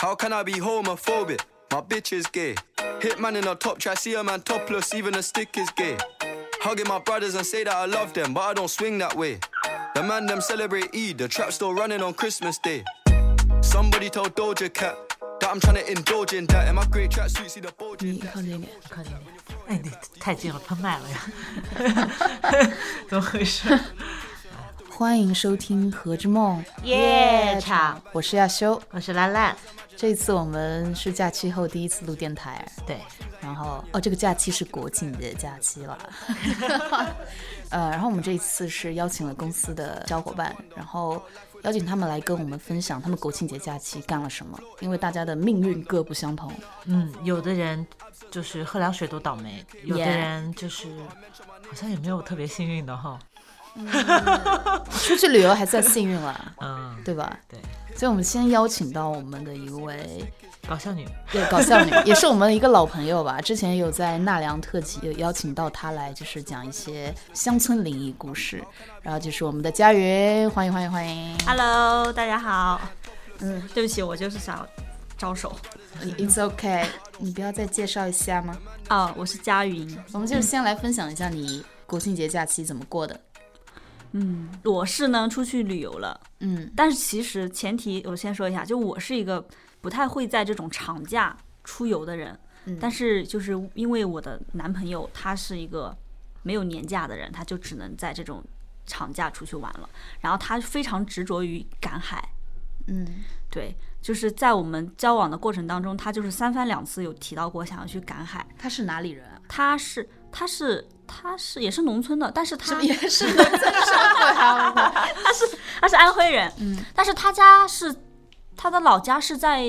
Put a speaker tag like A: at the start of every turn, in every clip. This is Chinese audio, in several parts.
A: How can I be homophobic? My bitch is gay. Hitman in a top try, see a man topless, even a stick is gay. Hugging my brothers and say that I love them, but I don't swing that way. The man them celebrate Eid, the trap still running on Christmas Day. Somebody told Doja Cat that I'm trying to indulge in that. In my great track suit, see the bulge.
B: 你靠近一点，靠近一点。
C: 哎，你太近了，喷麦 了呀！怎么回事？
B: 欢迎收听《和之梦
C: 夜场，
B: 我是亚修。
C: 我是兰兰。
B: 这次我们是假期后第一次录电台，
C: 对，
B: 然后哦，这个假期是国庆节假期了。 呃，然后我们这一次是邀请了公司的小伙伴，然后邀请他们来跟我们分享他们国庆节假期干了什么，因为大家的命运各不相同。
C: 嗯，有的人就是喝凉水都倒霉，有的
B: Yeah
C: 人就是好像也没有特别幸运的哈。
B: 出去旅游还算幸运了，
C: 嗯，
B: 对吧？
C: 对，
B: 所以我们先邀请到我们的一位
C: 搞笑女，
B: 对，搞笑女也是我们一个老朋友吧，之前有在纳凉特辑有邀请到她来，就是讲一些乡村灵异故事。然后就是我们的佳云，欢迎欢迎欢迎！
D: Hello，大家好。
B: 嗯，
D: 对不起，我就是想招手。
B: 你 It's OK，你不要再介绍一下吗？
D: 啊，我是佳云，
B: 我们就是先来分享一下你国庆节假期怎么过的。
D: 我是呢出去旅游了，
B: 嗯
D: 但是其实前提我先说一下，就我是一个不太会在这种长假出游的人，
B: 嗯
D: 但是就是因为我的男朋友他是一个没有年假的人，他就只能在这种长假出去玩了，然后他非常执着于赶海，
B: 嗯
D: 对，就是在我们交往的过程当中，他就是三番两次有提到过想要去赶海。
B: 他是哪里人啊？
D: 他是他是他是也是农村的，但是他
B: 也是农村生活呀， 我
D: 他是安徽人，
B: 嗯，
D: 但是他家是他的老家是在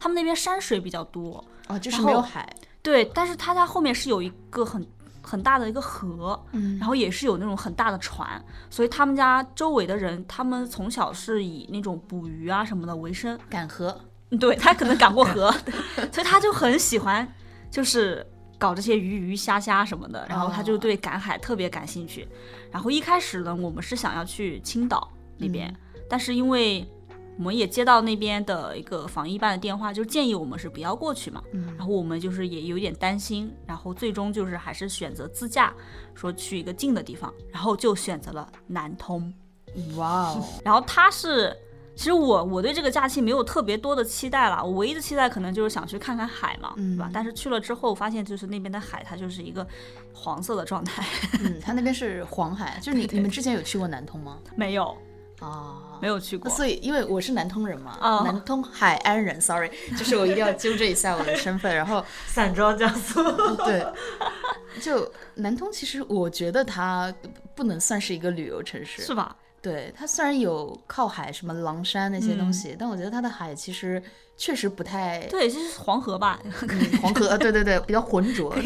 D: 他们那边山水比较多，
B: 哦，就是没有海。
D: 对，但是他家后面是有一个很很大的一个河，
B: 嗯
D: 然后也是有那种很大的船，所以他们家周围的人，他们从小是以那种捕鱼啊什么的为生，
B: 赶河，
D: 对他可能赶过河，所以他就很喜欢，就是搞这些鱼鱼虾虾什么的，然后他就对赶海特别感兴趣。然后一开始呢，我们是想要去青岛那边，但是因为我们也接到那边的一个防疫办的电话，就建议我们是不要过去嘛。然后我们就是也有点担心，然后最终就是还是选择自驾，说去一个近的地方，然后就选择了南通。
B: 哇哦，
D: 然后他是，其实我我对这个假期没有特别多的期待了，我唯一的期待可能就是想去看看海嘛，
B: 嗯
D: 对吧？但是去了之后发现，就是那边的海它就是一个黄色的状态，
B: 嗯，他那边是黄海，就是你你们之前有去过南通吗？
D: 没有
B: 啊，
D: 没有去过
B: 那。所以，因为我是南通人嘛，
D: 哦
B: 南通海安人，sorry，就是 我一定要纠正一下我的身份。然后，
C: 散装江 苏。
B: 对，就南通，其实我觉得它不能算是一个旅游城市，
D: 是吧？
B: 对，它虽然有靠海，什么狼山那些东
D: 嗯
B: 西，但我觉得它的海其实确实不太
D: 对，就是黄河吧，
B: 嗯黄 河，对对对，比较浑浊。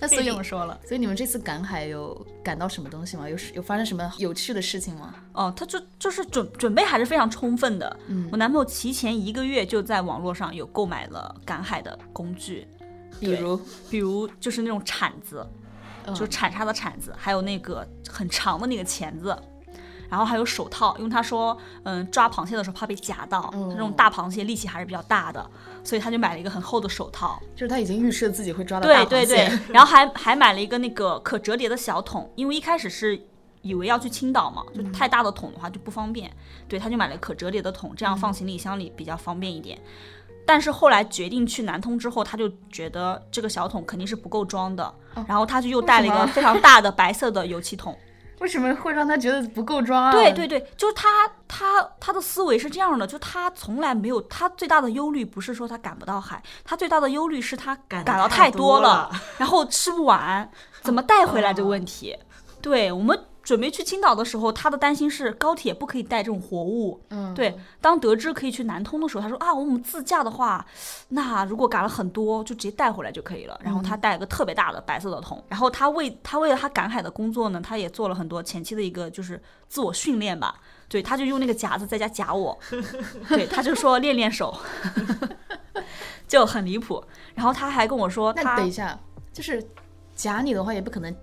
B: 那
D: 可
B: 所
D: 以
B: 以
D: 这，么说了。
B: 所以你们这次赶海有赶到什么东西吗？有有发生什么有趣的事情吗？
D: 哦，他就就是准准备还是非常充分的。
B: 嗯
D: 我男朋友提前一个月就在网络上有购买了赶海的工具，
B: 比如，
D: 比如就是那种铲子，
B: 嗯
D: 就铲沙的铲子，还有那个很长的那个钳子，然后还有手套，因为他说，嗯，抓螃蟹的时候怕被夹到，
B: 嗯
D: 这种大螃蟹力气还是比较大的，所以他就买了一个很厚的手套，
B: 就是他已经预设自己会抓到大
D: 对
B: 螃
D: 对对
B: 蟹，
D: 然后还还买了一个那个可折叠的小桶，因为一开始是以为要去青岛嘛，就
B: 嗯
D: 太大的桶的话就不方便，对，他就买了可折叠的桶，
B: 嗯
D: 这样放行李箱里比较方便一点。但是后来决定去南通之后，他就觉得这个小桶肯定是不够装的，然后他就又带了一
B: 哦为什
D: 个
B: 么
D: 非常大的白色的油 漆桶。
B: 为什么会让他觉得不够装啊？
D: 对对对，就是他他他的思维是这样的，就他从来没有他最大的忧虑不是说他赶不到海，他最大的忧虑是他
C: 赶
D: 赶
C: 得
D: 到
C: 太
D: 太
C: 多
D: 了
C: 了，
D: 然后吃不完，怎么带回来这个问题。对我们准备去青岛的时候，他的担心是高铁不可以带这种活物。
B: 嗯
D: 对，当得知可以去南通的时候，他说啊，我们自驾的话，那如果赶了很多，就直接带回来就可以了。然
B: 嗯
D: 后他带了个特别大的白色的桶，然后他为他为了他赶海的工作呢，他也做了很多前期的一个就是自我训练吧。对，他就用那个夹子在家 夹我，对，他就说练练手， 就很离谱。然后他还跟我说他，
B: 那等一下，就是夹你的话，也不可能，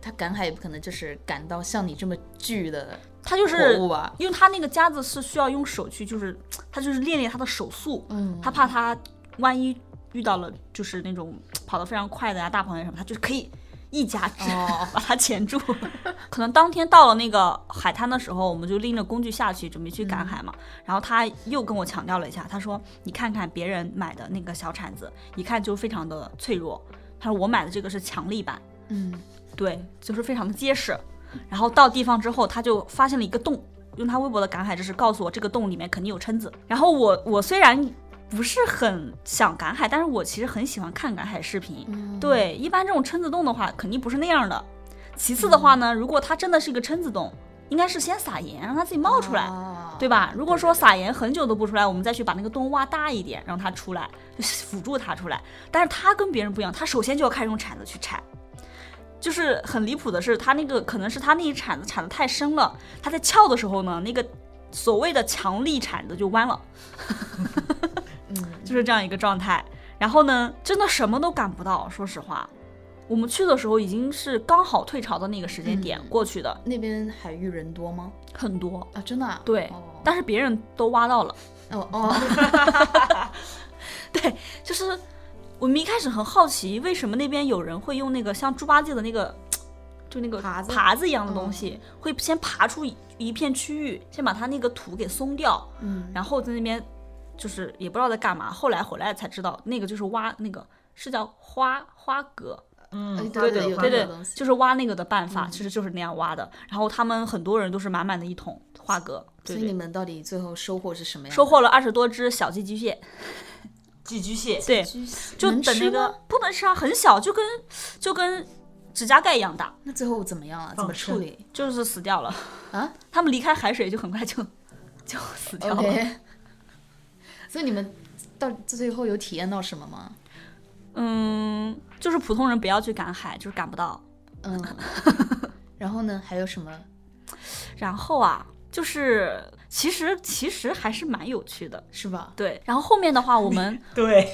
B: 他赶海也不可能就是赶到像你这么巨的
D: 他就
B: 火
D: 是
B: 物啊吧
D: 因为他那个夹子是需要用手去，就是他就是练练他的手速，
B: 嗯
D: 他怕他万一遇到了就是那种跑得非常快的呀、大螃蟹什么，他就是可以一夹直、
B: 哦
D: 把它钳住。可能当天到了那个海滩的时候，我们就拎着工具下去准备去赶海嘛，
B: 嗯
D: 然后他又跟我强调了一下，他说你看看别人买的那个小铲子，一看就非常的脆弱，他说我买的这个是强力版，
B: 嗯，
D: 对，就是非常的结实。然后到地方之后，他就发现了一个洞，用他微博的赶海知识告诉我，这个洞里面肯定有蛏子。然后我我虽然不是很想赶海，但是我其实很喜欢看赶海视频。对，一般这种蛏子洞的话，肯定不是那样的。其次的话呢，如果它真的是一个蛏子洞，应该是先撒盐让它自己冒出来。
B: 哦
D: 啊对吧？如果说撒盐很久都不出来，我们再去把那个洞挖大一点，让它出来，就辅助它出来。但是它跟别人不一样，它首先就要开始用铲子去铲。就是很离谱的是，它那个可能是它那一铲子铲的太深了，它在撬的时候呢，那个所谓的强力铲子就弯了，
B: 嗯
D: 就是这样一个状态。然后呢，真的什么都赶不到，说实话。我们去的时候已经是刚好退潮的那个时间点
B: 嗯
D: 过去的，
B: 那边海域人多吗？
D: 很多。
B: 啊，真的、啊？
D: 对，
B: 哦
D: 但是别人都挖到了。
B: 哦哦，
D: 对，就是我们一开始很好奇，为什么那边有人会用那个像猪八戒的那个，就那个
B: 耙子嗯
D: 耙子一样的东西，会先爬出一一片区域，先把它那个土给松掉，
B: 嗯，
D: 然后在那边就是也不知道在干嘛。后来回来才知道，那个就是挖那个是叫花花蛤，
B: 哎
C: 嗯，
B: 对
D: 对
B: 有
D: 对
B: 这
D: 对
B: 个东，西嗯
D: 就是挖那个的办法，其实就是那样挖的。然后他们很多人都是满满的一桶花蛤，
B: 所
D: 对
B: 以你
D: 对。
B: 们到底最后收获是什么呀？
D: 收获了二十多只小寄居蟹，
C: 寄居蟹，
D: 对，
B: 居
D: 就
B: 能
D: 等
B: 吃
D: 那个
B: 吗
D: 不能吃啊，很小，就跟就跟指甲盖一样大，
B: 那最后怎么样啊？怎么处
C: 生
B: 理
D: 哦就是死掉了。
B: 啊
D: 他们离开海水就很快就就死掉了。
B: ？OK，所以你们到最后有体验到什么吗？
D: 嗯，就是普通人不要去赶海，就是赶不到。
B: 嗯， 然后呢？还有什么？
D: 然后啊，就是其实其实还是蛮有趣的，
B: 是吧？
D: 对。然后后面的话，我们
C: 对，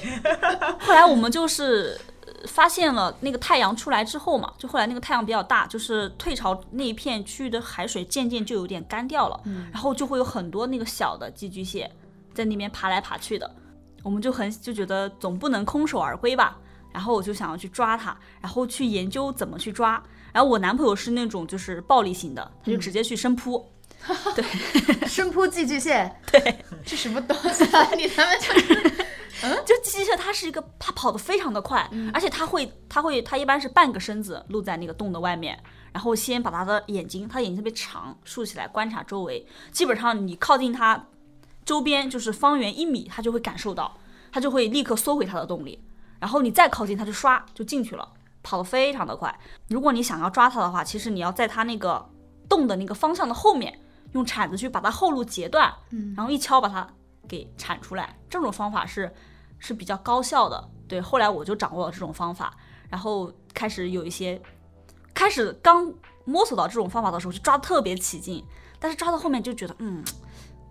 D: 后来我们就是呃发现了那个太阳出来之后嘛，就后来那个太阳比较大，就是退潮那一片区域的海水渐渐就有点干掉了，然后就会有很多那个小的寄居蟹在那边爬来爬去的，我们就很就觉得总不能空手而归吧。然后我就想要去抓它，然后去研究怎么去抓。然后我男朋友是那种就是暴力型的，他就直接去深扑，
B: 深扑寄居蟹，对，这什么东西啊？ 你他们就是
D: 就机器车，它是一个，它跑得非常的快，而且它会，它会，它一般是半个身子露在那个洞的外面，然后先把它的眼睛，它眼睛特别长，竖起来观察周围。基本上你靠近它周边就是方圆一米，它就会感受到，它就会立刻缩回它的洞里，然后你再靠近它就刷就进去了，跑得非常的快。如果你想要抓它的话，其实你要在它那个洞的那个方向的后面，用铲子去把它后路截断，
B: 嗯
D: 然后一敲把它给铲出来。这种方法是是比较高效的。对，后来我就掌握了这种方法，然后开始有一些，开始刚摸索到这种方法的时候就抓得特别起劲，但是抓到后面就觉得，嗯，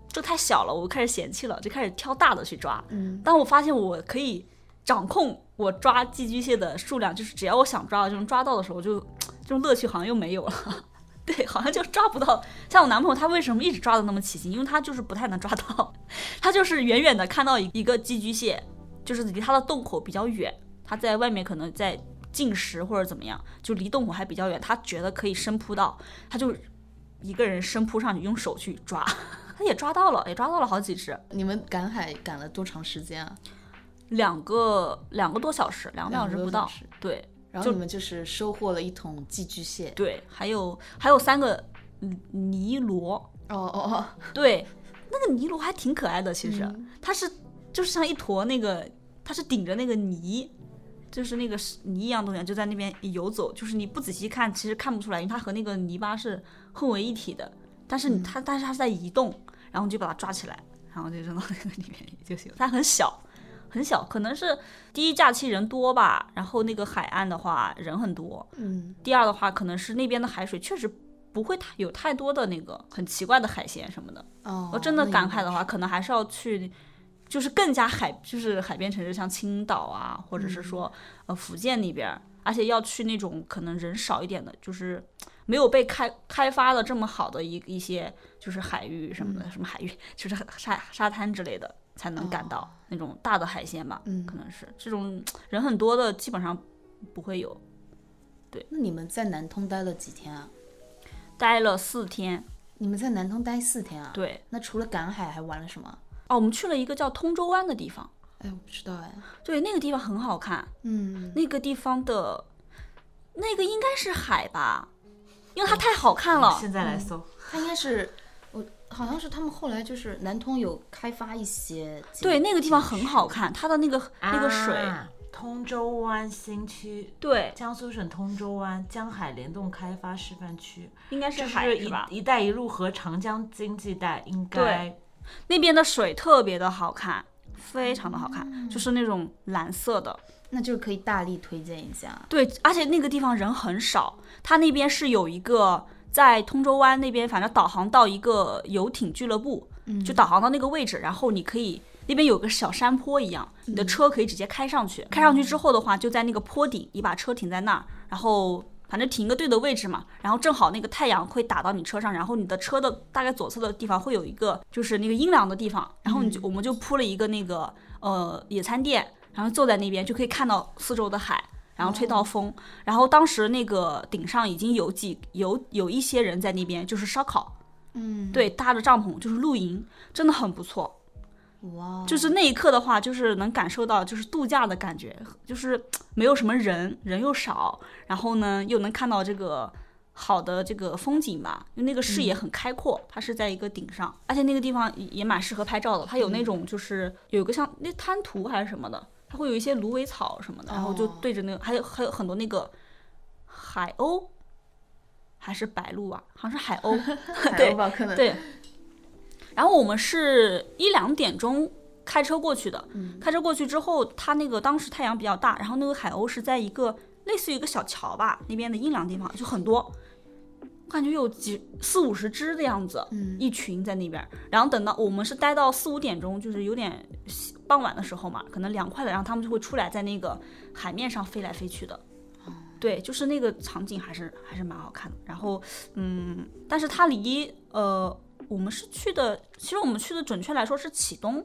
D: 这太小了，我开始嫌弃了，就开始挑大的去抓。
B: 嗯，
D: 当我发现我可以掌控我抓寄居蟹的数量，就是只要我想抓就能抓到的时候，就这种乐趣好像又没有了。 对，好像就抓不到。像我男朋友，他为什么一直抓的那么起劲？因为他就是不太能抓到， 他就是远远的看到一一个寄居蟹，就是离他的洞口比较远，他在外面可能在进食或者怎么样，就离洞口还比较远，他觉得可以深扑到，他就一个人深扑上去，用手去抓， 他也抓到了，也抓到了好几只。
B: 你们赶海赶了多长时间啊？
D: 两个两个多小时，两个半小时
B: 两个
D: 不
B: 多小
D: 到
B: 时。
D: 对
B: 然后你们就是收获了一桶寄居蟹。
D: 对，还有还有三个嗯泥螺，
B: 哦哦哦，
D: 对，那个泥螺还挺可爱的，其实、它是就是像一坨那个，它是顶着那个泥。就是那个是泥一样东西，就在那边游走。就是你不仔细看，其实看不出来，因为它和那个泥巴是混为一体的。但是你它，但是它是在移动，然后你就把它抓起来，然后就扔到那个里面就行。它很小，很小，可能是第一假期人多吧，然后那个海岸的话人很多，
B: 嗯，
D: 第二的话，可能是那边的海水确实不会太有太多的那个很奇怪的海鲜什么的。
B: 哦，
D: 要真的
B: 那
D: 赶
B: 应
D: 海的话，可能还是要去，就是更加海，就是海边城市，像青岛啊，或者是说、呃福建那边儿，而且要去那种可能人少一点的，就是没有被开开发的这么好的一一些就是海域什么的，什么海域就是沙沙滩之类的，才能赶到那种大的海鲜吧，
B: 嗯
D: 可能是这种人很多的基本上不会有。
B: 那你们在南通待了几天啊？
D: 待了四天，
B: 你们在南通待四天啊？。
D: 对，
B: 那除了赶海还玩了什么？
D: 哦，我们去了一个叫通州湾的地方，
B: 哎，我不知道哎。
D: 对，那个地方很好看，
B: 嗯，
D: 那个地方的那个应该是海吧，因为它太好看了。
C: 现在来搜，
B: 它应该是我好像是他们后来就是南通有开发一些景
D: 对，那个地方很好看，它的那个那个水，
C: 啊通州湾新区。
D: 对，
C: 江苏省通州湾江海联动开发示范区，
D: 应该是
C: 这
D: 海
C: 是
D: 是
C: 一
D: 吧？
C: 一带一路和长江经济带应该
D: 那边的水特别的好看，非常的好
C: 嗯
D: 看，就是那种蓝色的。
B: 那就可以大力推荐一下。
D: 对，而且那个地方人很少，它那边是有一个在通州湾那边，反正导航到一个游艇俱乐部，就导航到那个位置，然后你可以。那边有个小山坡一样，你的车可以直接开上去。开上去之后的话，就在那个坡顶，你把车停在那儿，然后反正停个对的位置嘛，然后正好那个太阳会打到你车上，然后你的车的大概左侧的地方会有一个就是那个阴凉的地方，然后你就、我们就铺了一个那个呃野餐垫，然后坐在那边就可以看到四周的海，然后吹到风，然后当时那个顶上已经有几有有一些人在那边就是烧烤，
B: 嗯，
D: 对，搭着帐篷就是露营，真的很不错。
B: 哇，
D: 就是那一刻的话，就是能感受到就是度假的感觉，就是没有什么人，人又少，然后呢又能看到这个好的这个风景吧，因为那个
B: 嗯
D: 视野很开阔，它是在一个顶上，而且那个地方也也蛮适合拍照的，它
B: 嗯
D: 有那种就是有个像那滩涂还是什么的，它会有一些芦苇草什么的，然后就
B: 哦
D: 对着那个还有还有很多那个海鸥。还是白鹭啊，好像 是海鸥，
B: 海鸥吧，可能
D: 对。然后我们是一两点钟开车过去的，开车过去之后，它那个当时太阳比较大，然后那个海鸥是在一个类似于一个小桥吧那边的阴凉地方，就很多，我感觉有几四五十只的样子，
B: 嗯
D: 一群在那边儿。然后等到我们是待到四五点钟，就是有点傍晚的时候嘛，可能凉快了，然后它们就会出来在那个海面上飞来飞去的。对，就是那个场景还是还是蛮好看的。然后，嗯，但是它离呃，我们是去的，其实我们去的准确来说是启东，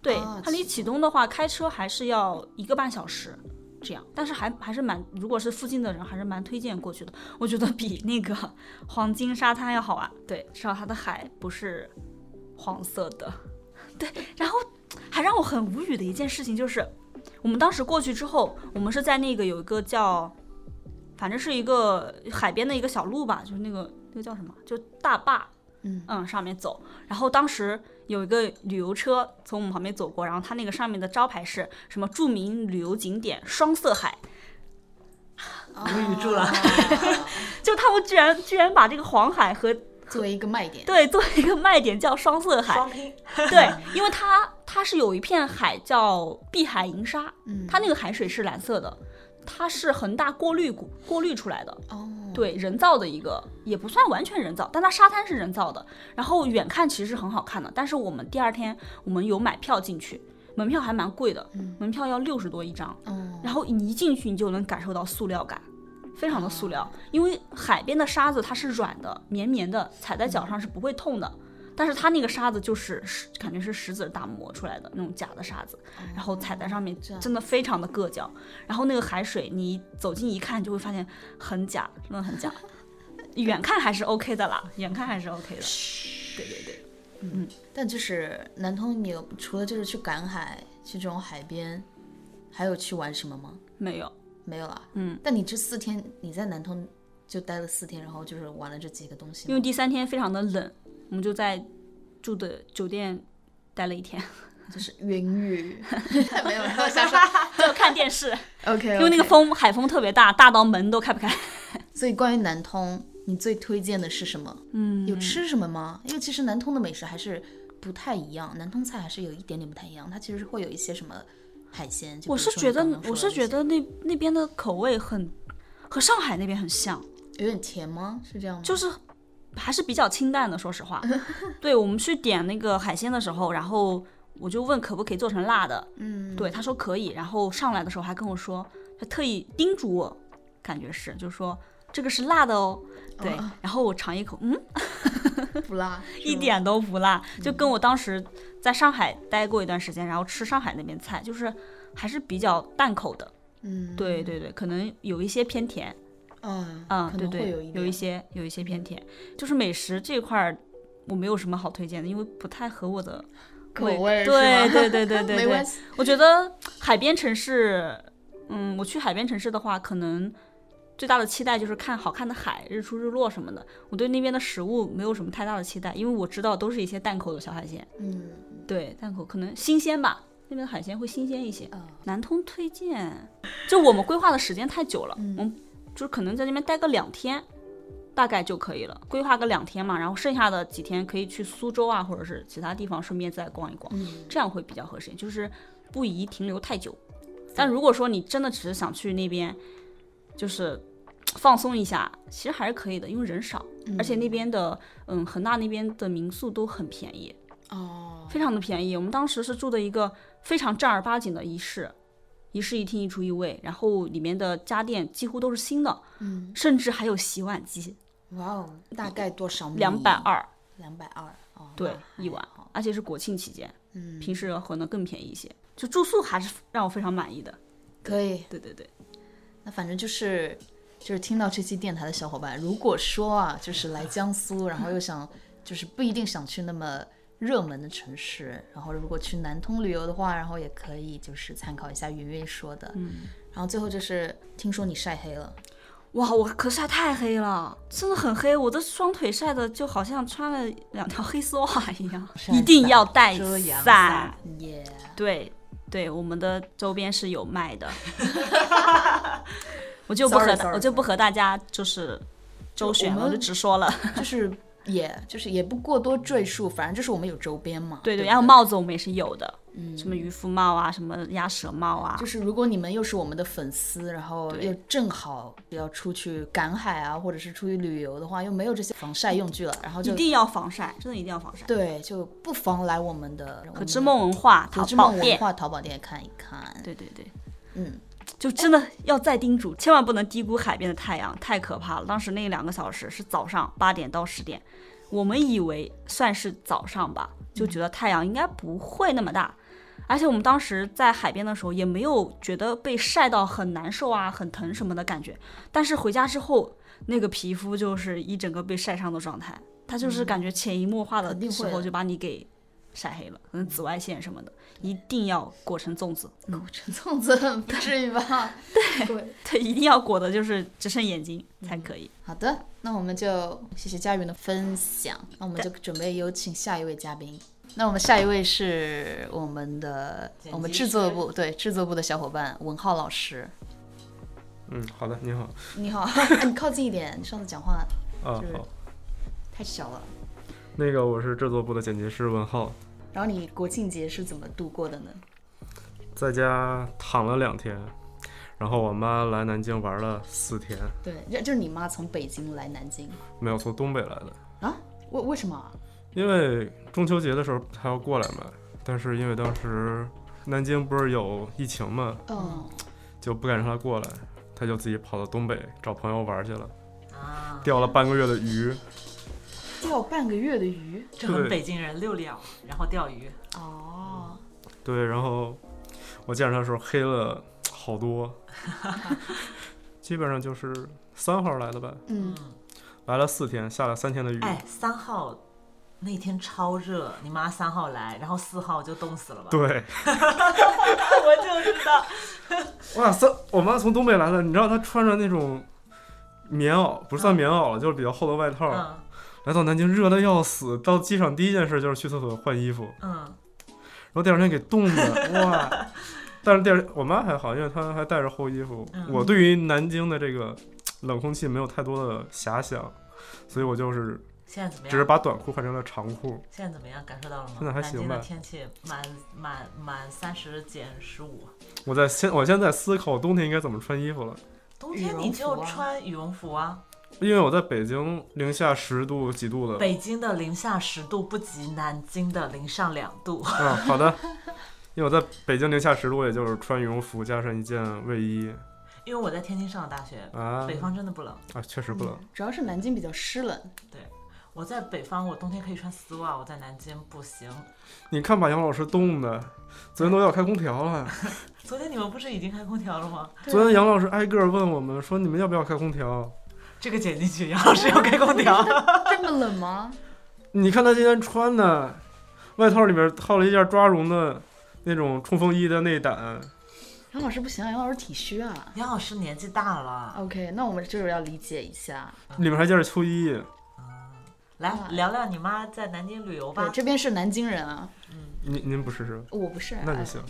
D: 对，
B: 啊
D: 它离启东的话，开车还是要一个半小时这样，但是还还是蛮，如果是附近的人，还是蛮推荐过去的。我觉得比那个 黄金沙滩要好玩，对，至少它的海不是黄色的，对。然后还让我很无语的一件事情就是，我们当时过去之后，我们是在那个有一个叫，反正是一个海边的一个小路吧，就是那个那个叫什么，就大坝，
B: 嗯
D: 上面走。然后当时有一个旅游车从我们旁边走过，然后它那个上面的招牌是什么著名旅游景点双色海，
C: 无语住了。
D: 就他们居然居然把这个黄海和
B: 哦作为一个卖点。
D: 对做一个卖点叫双色海，
C: 双拼，
D: 对，因为它它是有一片海叫碧海银沙，
B: 嗯
D: 它那个海水是蓝色的，它是恒大过滤过过滤出来的，
B: 哦，
D: 对，人造的一个，也不算完全人造，但它沙滩是人造的。然后远看其实是很好看的，但是我们第二天我们有买票进去，门票还蛮贵的，门票要六十多一张。
B: 哦，
D: 然后你一进去，你就能感受到塑料感，非常的塑
B: 哦
D: 料，因为海边的沙子它是软的、绵绵的，踩在脚上是不会痛的。但是它那个沙子就是石，感觉是石子打磨出来的那种假的沙子，然后踩在上面
B: 哦这样
D: 真的非常的硌脚。然后那个海水，你走近一看就会发现很假，真的很假。远看还是 OK 的啦，远看还是 OK 的。对对对，
B: 嗯
D: 嗯
B: 但就是南通，你有除了就是去赶海，去这种海边，还有去玩什么吗？
D: 没有。
B: 没有啦。
D: 嗯，
B: 但你这四天你在南通就待了四天，然后就是玩了这几个东西吗。
D: 因为第三天非常的冷，我们就在住的酒店待了一天，
B: 就是云雨， 没有没有瞎说。
D: 就看电视。
B: OK，
D: 因为那个，风海风特别大，大到门都开不开。
B: 所以关于南通，你最推荐的是什么？嗯，有吃什么吗？因为其实南通的美食还是不太一样，南通菜还是有一点点不太一样，它其实会有一些什么海鲜。就
D: 我
B: 比
D: 是
B: 如说
D: 觉
B: 你
D: 得
B: 刚刚，说
D: 我
B: 的
D: 是
B: 那
D: 觉
B: 些
D: 得那那边的口味很和上海那边很像，
B: 有点甜吗？是这样吗？
D: 就是是还是比较清淡的。说 实话，对我们去点那个海鲜的时候，然后我就问可不可以做成辣的，
B: 嗯，
D: 对，他说可以，然后上来的时候还跟我说，他特意叮嘱我，感觉是，就是说这个是辣的哦。对
B: 嗯，
D: 然后我尝一口，嗯，
B: 不辣，
D: 一点都不辣，
B: 嗯
D: 就跟我当时在上海待过一段时间，然后吃上海那边菜，就是还是比较淡口的。
B: 嗯，
D: 对对对，可能有一些偏甜，
B: 嗯，
D: 啊，
B: 可
D: 对
B: 能会
D: 对，
B: 有一
D: 有一
B: 点
D: 些有一些偏甜，就是美食这块儿我没有什么好推荐的，因为不太合我的
B: 口味儿是
D: 对
B: 吗
D: 对对对 对，
B: 没
D: 对
B: 关系，
D: 我觉得海边城市，嗯，我去海边城市的话，可能最大的期待就是看好看的海、日出日落什么的。我对那边的食物没有什么太大的期待，因为我知道都是一些淡口的小海鲜。
B: 嗯，
D: 对，淡口可能新鲜吧，那边的海鲜会新鲜一些。
B: 啊
D: 南通推荐，就我们规划的时间太久了，
B: 嗯
D: 我们就是可能在那边待个两天，大概就可以了，规划个两天嘛，然后剩下的几天可以去苏州啊，或者是其他地方顺便再逛一逛，
B: 嗯
D: 这样会比较合适，就是不宜停留太久。但如果说你真的只是想去那边，就是放松一下，其实还是可以的，因为人少，而且那边的嗯恒大那边的民宿都很便宜，
B: 哦，
D: 非常的便宜。我们当时是住的一个非常正儿八经的一室，一室一厅一厨一卫，然后里面的家电几乎都是新的，
B: 嗯，
D: 甚至还有洗碗机，
B: 哇哦，大概多少米？
D: 两百，二，
B: 两百二，哦，
D: 对
B: 那，还
D: 一晚
B: 好，
D: 而且是国庆期间，
B: 嗯，
D: 平时可能更便宜一些。就住宿还是让我非常满意的，
B: 可以。
D: 对对对，
B: 那反正就是就是听到这期电台的小伙伴，如果说啊，就是来江苏，然后又想就是不一定想去那么。热门的城市，然后如果去南通旅游的话，然后也可以就是参考一下云云说的，嗯，然后最后就是听说你晒黑了，
D: 哇，我可晒太黑了，真的很黑，我的双腿晒的就好像穿了两条黑丝袜一样，
B: 晒
D: 一定要带
C: 遮阳
D: 伞
C: 伞。
B: 耶、
D: 对对，我们的周边是有卖 的。我就不和
B: Sorry, sorry,
D: 我就不和大家就是周旋了，
B: 我
D: 我
B: 们
D: 就直说 了。
B: 就是也就是也不过多赘述，反正就是我们有周边嘛，
D: 对
B: 对
D: 对，
B: 不
D: 然后帽子我们也是有的，什么渔夫帽啊，什么鸭舌帽啊
B: 就，是如果你们又是我们的粉丝，然后
D: 对
B: 又正好要出去赶海啊，或者是出去旅游的话，又没有这些防晒用具了，然后
D: 一
B: 就
D: 定要防晒，真的一定要防晒。
B: 对，就不妨来我们的
D: 可知梦文化
B: 可
D: 淘
B: 知
D: 宝
B: 梦文
D: 店，
B: 化淘宝店看一 看。
D: 对对对，
B: 嗯，
D: 就真的要再叮嘱，千万不能低估海边的太阳，太可怕了。当时那两个小时是早上八点到十点，我们以为算是早上吧，就
B: 嗯
D: 觉得太阳应该不会那么大。而且我们当时在海边的时候也没有觉得被晒到很难受啊、很疼什么的感觉，但是回家之后，那个皮肤就是一整个被晒伤的状态，它就是感觉潜移默化的
B: 嗯肯定会
D: 时
B: 的
D: 候就把你给晒黑了，可能紫外线什么的，一定要裹成粽子，嗯
B: 陈粽子不至于吧？ 对，
D: 对，一定要裹的就是只剩眼睛才可以。
B: 好的，那我们就谢谢佳云的分享，那我们就准备有请下一位嘉宾。那我们下一位是我们的
C: 剪辑
B: 我们制作部对制作部的小伙伴文浩老师，
E: 嗯，好的，你好，
B: 你好， 哎你靠近一点，你上次讲话
E: 啊
B: 就是
E: 好，
B: 太小了。
E: 那个我是制作部的剪辑师文浩，
B: 然后你国庆节是怎么度过的呢？
E: 在家躺了两天，然后我妈来南京玩了四天，
B: 对，就就是你妈从北京来南京
E: 没有从东北来的，
B: 啊？为为什么啊？
E: 因为中秋节的时候她要过来嘛，但是因为当时南京不是有疫情嘛，
B: 嗯，
E: 就不敢让她过来，她就自己跑到东北找朋友玩去了，
C: 啊，
E: 钓了半个月的鱼，
B: 钓半个月的鱼
C: 这我们
E: 对
C: 北京人遛鸟，然后钓鱼，
B: 哦，
E: 对，然后我见着她的时候黑了 好多，基本上就是三号来的吧，
B: 嗯，
E: 来了四天，下了三天的雨。
C: 哎，三号那天超热，你妈三号来，然后四号就冻死了吧？，
E: 对，
C: 我就知道，
E: 哇塞，我妈从东北来的，你知道她穿着那种棉袄，不是算棉袄了，就是比较厚的外套，
C: 嗯
E: 来到南京热的要死。到机场第一件事就是去厕所换衣服，
C: 嗯，
E: 然后第二天给冻的，哇！ 但是第二天我妈还好，因为她还带着厚衣服。
C: 嗯
E: 我对于南京的这个冷空气没有太多的遐想，所以我就是
C: 现在怎么
E: 只是
C: 样？
E: 把短裤换成了长裤。
C: 现在怎么样？感受到了吗？
E: 现在还行吧
C: 南京的天气满满满三十减十五，
E: 我在现我现在在思考冬天应该怎么穿衣服了，
C: 冬
B: 羽
C: 天
B: 绒
C: 你就
B: 服啊
C: 穿羽绒服啊。
E: 因为我在北京零下十度几度的。
C: 北京的零下十度不及南京的零上两度。
E: 嗯，好的。因为我在北京零下十度，也就是穿羽绒服加上一件卫衣，
C: 因为我在天津上的大学，
E: 啊
C: 北方真嗯的不冷。
E: 啊，确实不冷。
B: 主要是南京比较湿冷，
C: 我在北方，我冬天可以穿丝袜，我在南京不行。
E: 你看把杨老师冻的，昨天都要开空调了。
C: 昨天你们不是已经开空调了吗？
E: 昨
F: 啊
E: 天杨老师挨个儿问我们说你们要不要开空调？
C: 这个剪进去，杨老师要开空调。
B: 这么冷吗？
E: 你看他今天穿的外套里面套了一件抓绒的那种冲锋衣的内胆，
C: 嗯
B: 杨老师不行啊，杨老师体虚啊。
C: 杨老师年纪大了，
B: OK，那我们就是要理解一下。
E: 里面还一件秋衣。
C: 来聊聊你妈在南京旅游
B: 对，
C: 吧。
B: 这边是南京人啊，
E: 您您不是是吧？
B: 我不是。
E: 那
B: 哎
E: 就行，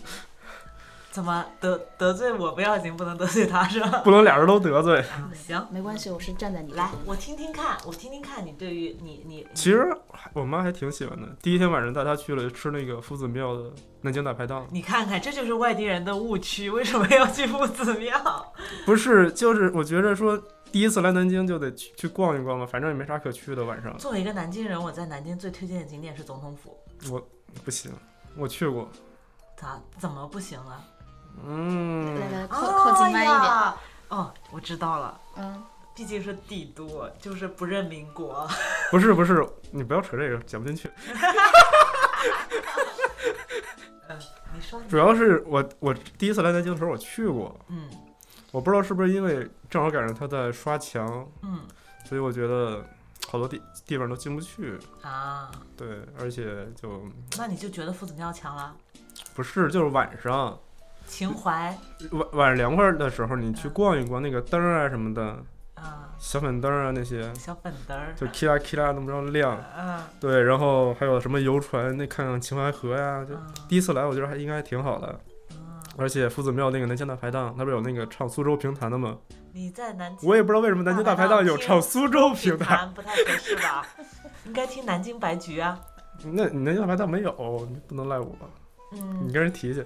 C: 怎么得得罪我不要紧，不能得罪她是吧？
E: 不能俩人都得罪。
C: 啊行，
B: 没关系，我是站在你这
C: 来
B: 边，
C: 我听听看，我听听看你对于你你你
E: 其实我妈还挺喜欢的。第一天晚上带她去了吃那个夫子庙的南京大排档，
C: 你看看，这就是外地人的误区，为什么要去夫子庙？
E: 不是就是我觉着说第一次来南京就得去去逛一逛嘛，反正也没啥可去的。晚上
C: 作为一个南京人，我在南京最推荐的景点是总统府。
E: 不行，我去过，
C: 咋怎么不行啊了？
E: 嗯，
B: 来来靠靠近慢一点。
C: 哎呀哦，我知道了，
B: 嗯，
C: 毕竟是帝都，就是不认民国。
E: 不是不是，你不要扯这个，讲不进去。
C: 你说你，
E: 主要是我我第一次来南京的时候我去过，
C: 嗯
E: 我不知道是不是因为正好赶上他在刷墙，
C: 嗯
E: 所以我觉得好多地地方都进不去。
C: 啊，
E: 对，而且就
C: 那你就觉得夫子庙强了？
E: 不是就是晚上
C: 情怀
E: 晚晚上凉快的时候，你去逛一逛那个灯儿啊什么的，
C: 啊，
E: 小粉灯儿啊那些，
C: 小粉灯儿，
E: 就 k 啦 k 啦那么着亮。
C: 嗯
E: 对，然后还有什么游船，那看看秦淮河呀、就
C: 嗯
E: 第一次来，我觉得还应该还挺好的。
C: 嗯，
E: 而且夫子庙那个南京大排档，那不是有那个唱苏州评弹的吗？
C: 你在南京，
E: 我也不知道为什么南京大排档有唱苏州
C: 评
E: 评弹，
C: 弹不太合适吧？ 应该听南京白局啊。
E: 那你南京大排档没有，你不能赖我，
C: 嗯，
E: 你跟人提去。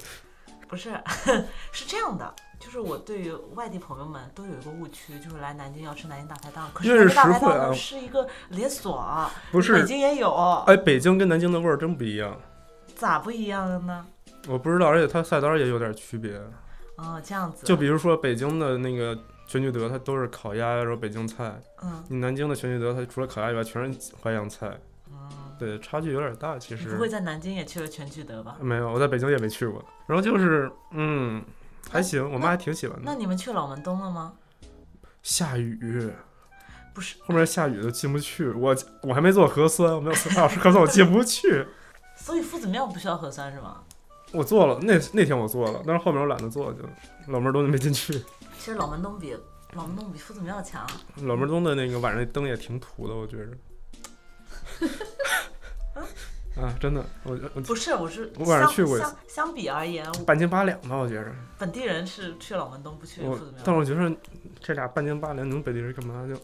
C: 不是， 是这样的，就是我对于外地朋友们都有一个误区，就是来南京要吃南京大排档，可是
E: 越
C: 南
E: 是
C: 京大排
E: 实惠啊
C: 档呢是一个连锁，啊
E: 不
C: 北
E: 是，
C: 京也有，
E: 哎，北京跟南京的味儿真不一样，
C: 咋不一样了呢？
E: 我不知道，而且它菜单也有点区别。
C: 哦，这样子，
E: 就比如说北京的那个全聚德，它都是烤鸭，然后北京菜；
C: 嗯
E: 你南京的全聚德，它除了烤鸭以外全是淮扬菜。
C: 嗯，
E: 对，差距有点大，其
C: 你
E: 实
C: 不。会在南京也去了全聚德吧？
E: 没有，我在北京也没去过。然后就是，嗯，还行，我妈还挺喜欢
C: 哦那
E: 的。
C: 你们去老门东了吗？
E: 下雨，
C: 不是，
E: 后面下雨都进不去，我我还没做核酸，我没有四八小时核酸，我进不去。
C: 所以夫子庙不需要核酸是吗？
E: 我做了，那那天我做了，但是后面我懒得做，就老门东就没进去。
C: 其实老门东比老门东比夫子庙强，
E: 老门东的那个晚上那灯也挺土的，我觉着。 啊，真的，我我
C: 不是，我是
E: 我晚上
C: 相
E: 去过一次
C: 相相比而言，
E: 半斤八两吧，我觉着。
C: 本地人是去老门东不去
E: 我
C: 夫子庙
E: 但。我觉得这俩半斤八两，你们北地人干嘛就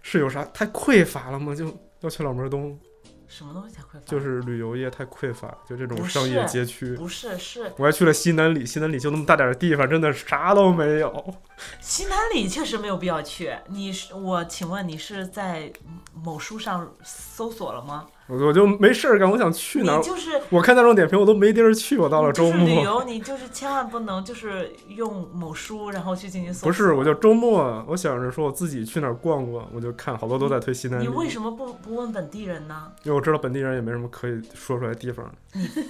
E: 是有啥太匮乏了吗？就要去老门东，
C: 什么东西才匮乏？
E: 就是旅游业太匮乏，就这种
C: 啊不
E: 商业
C: 是
E: 街区。
C: 不是是
E: 我还去了西南里，西南里就那么大点儿地方，真的啥都没有。
C: 西南里确实没有必要去。你是我请问你是在某书上搜索了吗？
E: 我我就没事儿干，我想去哪儿
C: 你？就是
E: 我看大众点评，我都没地儿去。我到了周
C: 你就是旅
E: 末，
C: 游，你就是千万不能就是用某书然后去进行搜索。
E: 不是，我就周末，我想着说我自己去哪儿逛逛，我就看好多都在推西南里
C: 你，为什么不不问本地人呢？
E: 因为我知道本地人也没什么可以说出来的地方。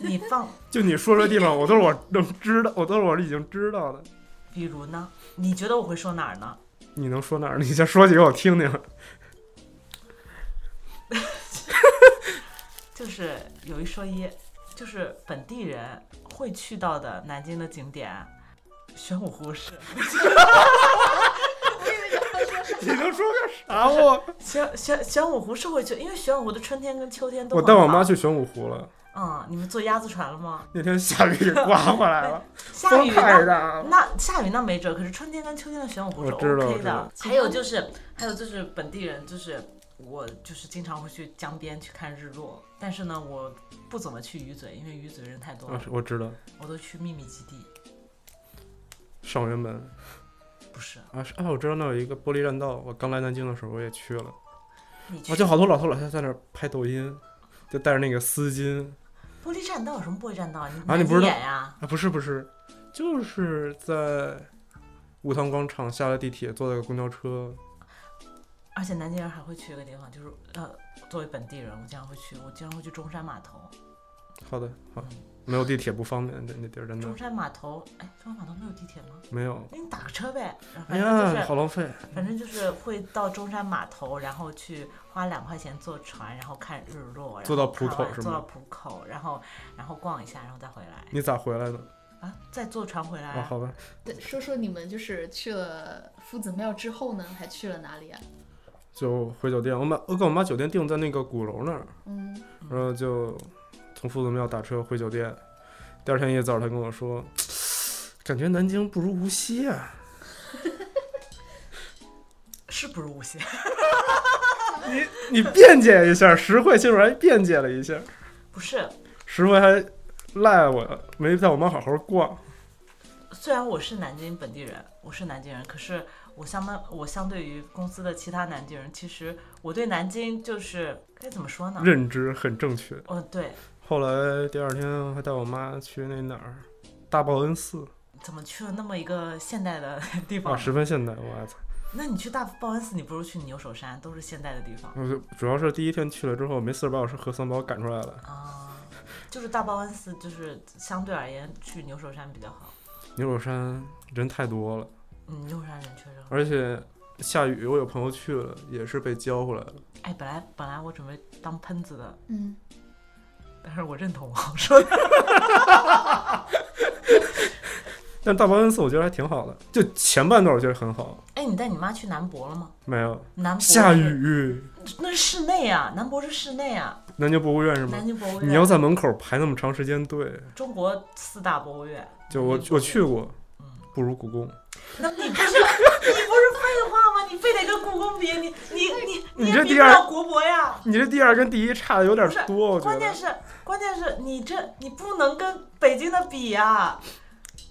C: 你放，
E: 就你说出来的地方，我都是我能知道，我都是我已经知道的。
C: 比如呢？你觉得我会说哪儿呢？
E: 你能说哪儿？你 先说几个我听听。
C: 就是有一说一，就是本地人会去到的南京的景点，玄武湖是
E: 你能说个啥我？
C: 玄玄玄武湖是会去，因为玄武湖的春天跟秋天都
E: 我
C: 很
E: 带我
C: 好
E: 妈去玄武湖了，
C: 嗯，你们坐鸭子船了吗？
E: 那天下雨刮过来了，
C: 下
E: 风
C: 雨
E: 太
C: 那
E: 大了。
C: 那下雨那没辙，可是春天跟秋天的玄武湖是
E: 啊我知道
C: OK
E: 知道
C: 的。还有就是，还有就是本地人就是。我就是经常会去江边去看日落，但是呢，我不怎么去鱼嘴，因为鱼嘴人太多
E: 啊
C: 了，，
E: 我知道，
C: 我都去秘密基地。
E: 上云门
C: 不是，
E: 啊是啊，我知道那有一个玻璃栈道，我刚来南京的时候我也去了，
C: 你去
E: 啊，就好多老头老太太在那儿拍抖音，就带着那个丝巾
C: 玻璃栈道
E: 啊
C: 有什么玻璃栈道？你
E: 你不知道
C: 眼呀、
E: 啊，不是不是，就是在乌塘广场下了地铁，坐了个公交车，
C: 而且南京人还会去一个地方，就是呃，作为本地人，我经常会去，我经常会去中山码头。
E: 好的，好，没有地铁不方便，那那地儿真的
C: 中山码头，哎，中山码头没有地铁吗？
E: 没有。
C: 那你打个车呗。然后
E: 哎
C: 反正就是、
E: 呀，好浪费！
C: 反正就是会到中山码头，然后去花两块钱坐船，然后看日落，然后
E: 坐到浦口
C: 看完
E: 是吗
C: 坐到浦口，然后然后逛一下，然后再回来
E: 你咋回来的？
C: 啊，再坐船回来
E: 啊，
C: 啊。
E: 好吧，
F: 对，说说你们就是去了夫子庙之后呢，还去了哪里啊？
E: 就回酒店。我把我跟我妈酒店定在那个鼓楼那儿，
F: 嗯，
E: 然后就从夫子庙打车回酒店。第二天一早，她跟我说，感觉南京不如无锡啊。
C: 是不如无锡？
E: 你辩解一下，实惠竟然辩解了一下，
C: 不是，
E: 实惠还赖我没带我妈好好逛。
C: 虽然我是南京本地人，我是南京人，可是我相当我相对于公司的其他南京人，其实我对南京就是该怎么说呢？
E: 认知很正确。
C: 哦，对，
E: 后来第二天我还带我妈去那哪儿，大报恩寺
C: 怎么去了那么一个现代的 地方
E: 啊，
C: 呢？
E: 十分现代，我操！
C: 那你去大报恩寺，你不如去牛首山，都是现代的地方
E: 我就主要是第一天去了之后，没四十八小时核酸把我赶出来了。
C: 啊。就是大报恩寺，就是相对而言去牛首山比较好。
E: 牛首山人太多了，
C: 嗯，牛首山人确实很。
E: 而且下雨，我有朋友去了，也是被教回来了。
C: 哎，本来本来我准备当喷子的，
F: 嗯，
C: 但是我认同王说的。
E: 但大报恩寺我觉得还挺好的，就前半段我觉得很好，
C: 哎，你带你妈去南博了吗？
E: 没有
C: 南博
E: 下
C: 是，
E: 雨，
C: 那是室内啊，南博是室内啊，
E: 南京博物院是吗
C: 南？京博物院。
E: 你要在门口排那么长时间队，
C: 中国四大博物院，
E: 就我
C: 南京博
E: 我
C: 物
E: 去
C: 院。
E: 过，不如故宫。
C: 那你不是 你不是废话吗？你非得跟故宫比，你你你
E: 你
C: 也
E: 这
C: 比
E: 第
C: 不
E: 二
C: 了国博呀。
E: 你这第二跟第一差的有点
C: 不是
E: 多，我觉
C: 关
E: 得
C: 键。是，关键是你这你不能跟北京的比呀、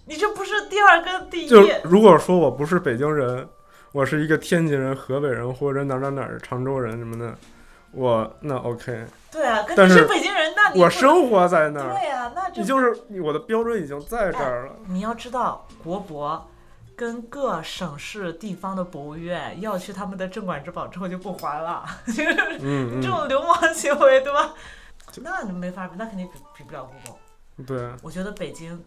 C: 你这不是第二跟第一，
E: 就如果说我不是北京人，我是一个天津人、河北人或者哪儿哪儿哪儿常州人什么的，我那 OK，
C: 对啊，跟
E: 但
C: 你
E: 是
C: 是北京人，那你
E: 我
C: 不能
E: 生活在那儿，
C: 对啊，那这
E: 你就是我的标准已经在这儿了。
C: 你要知道，国博跟各省市地方的博物院要去他们的镇馆之宝之后就不还了，就是
E: 嗯
C: 哎这
E: 嗯，
C: 种流氓行为，对吧
E: 就？
C: 那你没法比，那肯定比比不了故宫。
E: 对，啊
C: 我觉得北京，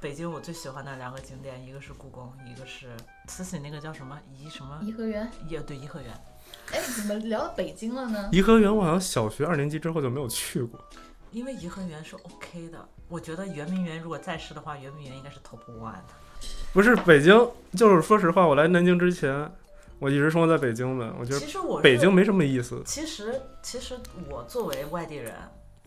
C: 北京我最喜欢的两个景点，一个是故宫，一个是慈禧那个叫什么颐什
B: 嗯
C: 么
F: 颐和园。
C: 也对颐和园。
F: 哎，怎么聊到北京了呢？
E: 颐和园我好像小学二年级之后就没有去过。
C: 因为颐和园是 OK 的，我觉得圆明园如果在世的话，圆明园应该是 top one 的。
E: 不是北京，就是说实话，我来南京之前，我一直生活在北京的，我觉得
C: 其实我是
E: 北京，没什么意思。
C: 其实其实我作为外地人，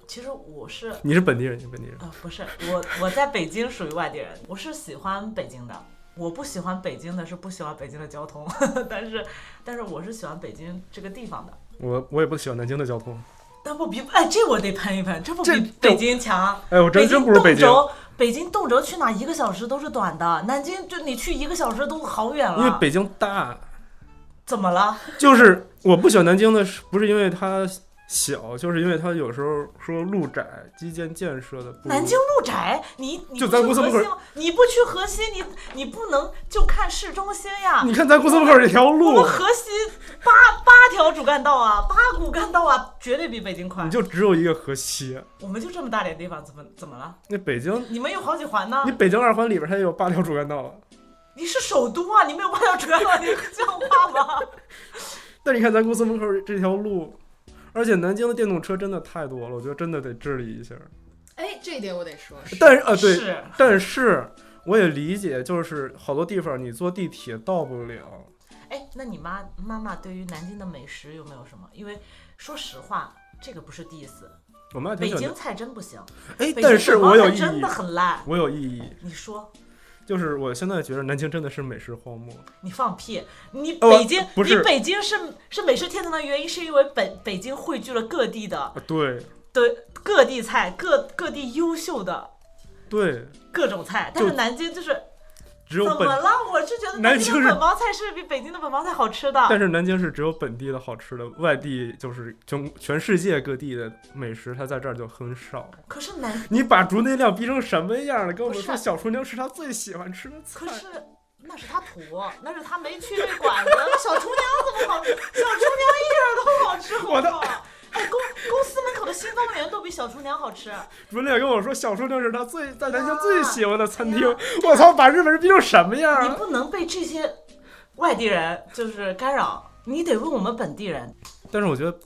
C: 其实我是
E: 你是本地人，你本地人，
C: 呃不是我我在北京属于外地人，我是喜欢北京的。我不喜欢北京的是不喜欢北京的交通， 但是但是我是喜欢北京这个地方的。
E: 我我也不喜欢南京的交通。
C: 但不比哎，这我得喷一喷，这不
E: 这
C: 比北京强。
E: 哎，我真真不如
C: 北
E: 北京，
C: 动辄北京动辄去哪一个小时都是短的，南京就你去一个小时都好远
E: 因为
C: 了。
E: 北京大。
C: 怎么了？
E: 就是我不喜欢南京的是，不是因为它小，就是因为它有时候说路窄，基建建设的不。
C: 南京，路窄，你你
E: 就
C: 不
E: 咱
C: 去
E: 公司门
C: 核
E: 口
C: 心吗你不去核心，你你不能就看市中心呀。
E: 你看咱公司门口这条
C: 我
E: 路
C: 们，河西八八条主干道啊，八股干道啊，绝对比北京宽
E: 你。就只有一个河西。
C: 我们就这么大点地方，怎么怎么了？
E: 那北京，
C: 你们有好几环呢
E: 你。北京二环里边它也有八条主干道啊，
C: 你是首都啊，你没有八条主干道，你像话吗？
E: 但你看咱公司门口这条路，而且南京的电动车真的太多了，我觉得真的得治理一下。
F: 哎，这一点我得说，是
E: 但是 啊，对，
C: 是
E: 但是我也理解，就是好多地方你坐地铁到不了。
C: 哎，那你妈妈妈对于南京的美食有没有什么？因为说实话，这个不是 diss，
E: 我们还挺
C: 北
E: 喜
C: 京
E: 欢，
C: 菜真不行，
E: 哎，
C: 北
E: 但
C: 京
E: 是
C: 小
E: 我
C: 猫
E: 有
C: 菜
E: 异
C: 真
E: 议
C: 的，很烂。
E: 我有异议。
C: 你说
E: 就是我现在觉得南京真的是美食荒漠，
C: 你放屁！你
E: 呃
C: 北京，
E: 不是
C: 你北京是是美食天堂的原因，是因为北北京汇聚了各地的
E: 啊、对
C: 对各地菜、各各地优秀的
E: 对，
C: 各种菜，但
E: 就是
C: 南京就是
E: 只
C: 怎
E: 有
C: 么
E: 本，
C: 了？我是觉得
E: 南
C: 南京
E: 京
C: 的
E: 是
C: 本帮菜是比北京的本帮菜好吃的。
E: 但是南京是只有本地的好吃的，外地就是全全世界各地的美食，它在这儿就很少。
C: 可是南，
E: 你把竹内亮逼成什么样了？跟我
C: 不是
E: 们说小厨娘是他最喜欢吃的菜
C: 可，是那是他土，那是他没去那馆子。小厨娘怎么好？小厨娘一点儿都不好吃，好
E: 我
C: 不
E: 的
C: 好？哎，公公司门口的新方莲都比小厨娘好吃。
E: 主任跟我说，小树正是他最在南京最喜欢的餐厅
C: 哇。
E: 我操，把日本人逼成什么样
C: 哎你
E: 啊！
C: 不能被这些外地人就是干扰，你得问我们本地人
E: 但是我觉得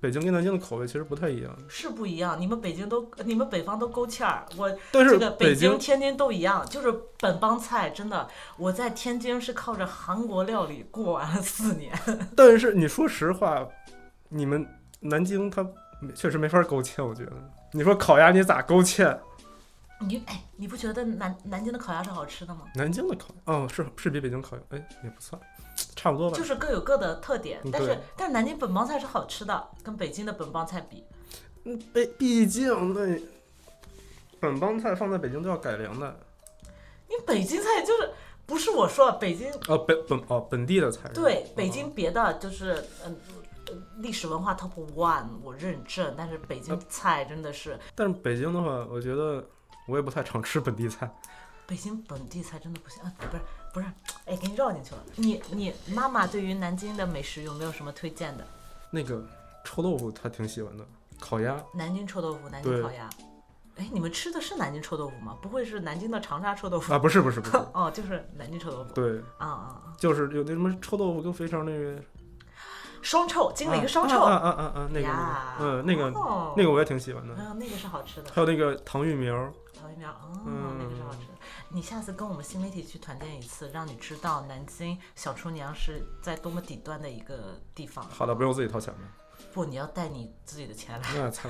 E: 北京跟南京的口味其实不太一样，
C: 是不一样。你们北京都，你们北方都勾芡儿，我
E: 但是
C: 这个
E: 北
C: 京、
E: 京
C: 天津都一样，就是本帮菜。真的，我在天津是靠着韩国料理过完了四年。
E: 但是你说实话，你们南京它没确实没法勾芡，我觉得。你说烤鸭你咋勾芡？
C: 你哎， 你不觉得南南京的烤鸭是好吃的吗？
E: 南京的烤，哦，是是比北京烤鸭，哎，也不算，差不多吧
C: 就。是各有各的特点
E: 嗯，
C: 但是
E: 对
C: 但是南京本帮菜是好吃的，跟北京的本帮菜比，
E: 嗯，毕毕竟那本帮菜放在北京都要改良的，
C: 因为北京菜就是不是我说北京
E: 哦，本本哦本地的菜是吧。
C: 对
E: 哦
C: 北京别的就是嗯。呃历史文化 top one，我认证，但是北
E: 呃
C: 京菜真的是，
E: 但是北京的话，我觉得我也不太常吃本地菜。
C: 北京本地菜真的不行啊，不是不是，哎，给你绕进去了。你你妈妈对于南京的美食有没有什么推荐的？
E: 那个臭豆腐她挺喜欢的，烤鸭
C: 南京臭豆腐、南京
E: 对
C: 烤鸭，哎，你们吃的是南京臭豆腐吗？不会是南京的长沙臭豆腐？
E: 啊，不是不是 不是，
C: 哦，就是南京臭豆腐。
E: 对，
C: 啊啊啊！
E: 就是有那什么臭豆腐跟肥肠那个
C: 双臭，金陵双臭。
E: 啊啊啊啊啊，那个
C: 呀
E: 那个，嗯，那个
C: 哦
E: 那个我也挺喜欢的，
C: 嗯，那个是好吃的，
E: 还有那个糖芋苗，
C: 陶一苗，哦，
E: 嗯
C: 那个是好吃的。你下次跟我们新媒体去团建一次，让你知道南京小厨娘是在多么底端的一个地方。
E: 好的，不用自己掏钱了，
C: 不，你要带你自己的钱来。
E: 那操。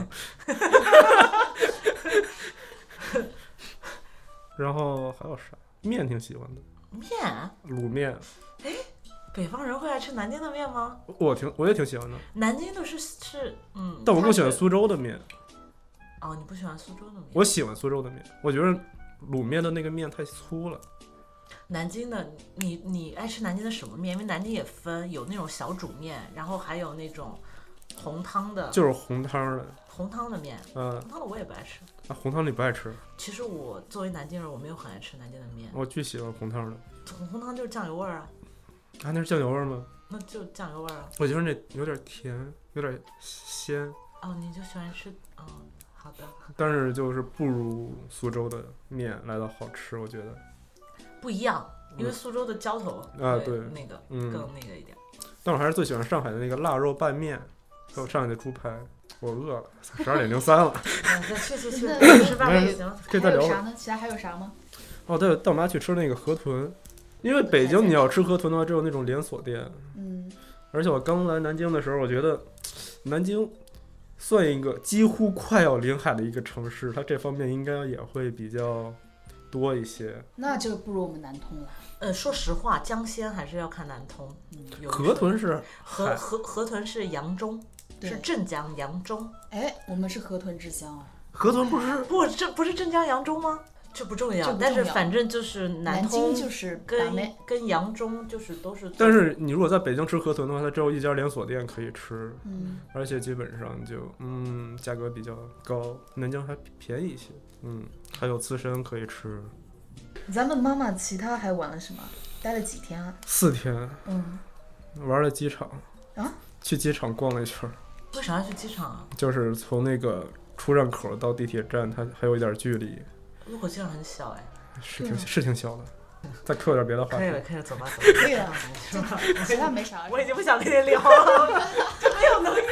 E: 然后还有啥？面挺喜欢的，
C: 面，啊
E: 卤面，
C: 北方人会爱吃南京的面吗？
E: 我挺我也挺喜欢的，
C: 南京的是是，嗯，
E: 但我更喜欢
C: 它是。
E: 苏州的面。
C: 哦，你不喜欢苏州的面？
E: 我喜欢苏州的面，我觉得卤面的那个面太粗了。
C: 南京的，你你爱吃南京的什么面？因为南京也分有那种小煮面，然后还有那种红汤的，
E: 就是红汤的，
C: 红汤的面，
E: 嗯、
C: 红汤的我也不爱吃。
E: 啊红汤你不爱吃，
C: 其实我作为南京人，我没有很爱吃南京的面，
E: 我巨喜欢红汤的。
C: 红红汤就是酱油味儿啊，
E: 啊，那是酱油味儿吗？
C: 那就酱油味儿啊。
E: 我觉得那有点甜，有点鲜，
C: 哦，你就喜欢吃，嗯，好的，
E: 但是就是不如苏州的面来的好吃，我觉得。
C: 不一样，因为
E: 嗯
C: 苏州的浇头
E: 啊
C: 会
E: 对
C: 那个
E: 嗯，
C: 更那个一点。
E: 但我还是最喜欢上海的那个腊肉拌面，还有上海的猪排。我饿了，十二点零三了。
C: 嗯，再去去去，
F: 那
C: 吃饭
E: 没
C: 就
E: 事
C: 行了。
E: 可以
F: 还
E: 再聊
F: 有
E: 会
F: 啥
E: 儿。
F: 呢？其他还有啥吗？
E: 哦，带带我妈去吃那个河豚，因为北京你要吃河豚的话，只有那种连锁店。
F: 嗯，
E: 而且我刚来南京的时候，我觉得南京算一个几乎快要临海的一个城市，它这方面应该也会比较多一些。
B: 那就不如我们南通了。
C: 呃，说实话，江鲜还是要看南通。嗯，有
E: 河豚是
C: 河
E: 海
C: 河河豚是扬州，
F: 对
C: 是镇江扬州，
B: 哎，我们是河豚之乡啊。
E: 河豚不是
C: 不，这不是镇江扬州吗？这不重
F: 这
C: 要，
F: 不
C: 但是
F: 重要
C: 反正就是
F: 南京
C: 通
F: 就是把
C: 跟
F: 妹，嗯
C: 跟扬州就是都是，
E: 但是你如果在北京吃河豚的话，它只有一家连锁店可以吃，
F: 嗯，
E: 而且基本上就嗯价格比较高，南京还便宜一些，嗯，还有刺身可以吃。
F: 咱们妈妈其他还玩了什么？待了几天啊？
E: 四天
F: 嗯，
E: 玩了机场
F: 啊，
E: 去机场逛了一圈儿，
C: 为啥要去机场啊？
E: 就是从那个出站口到地铁站，它还有一点距离。
C: 路口机场很小哎，
E: 是
F: 对
E: 挺
F: 啊
E: 是挺小的。再 Q 点别的话
C: 可以了
E: 题，
C: 可 以了，走吧走吧。
F: 啊可以了，其他没啥。
C: 我已经不想跟你聊了，就没有能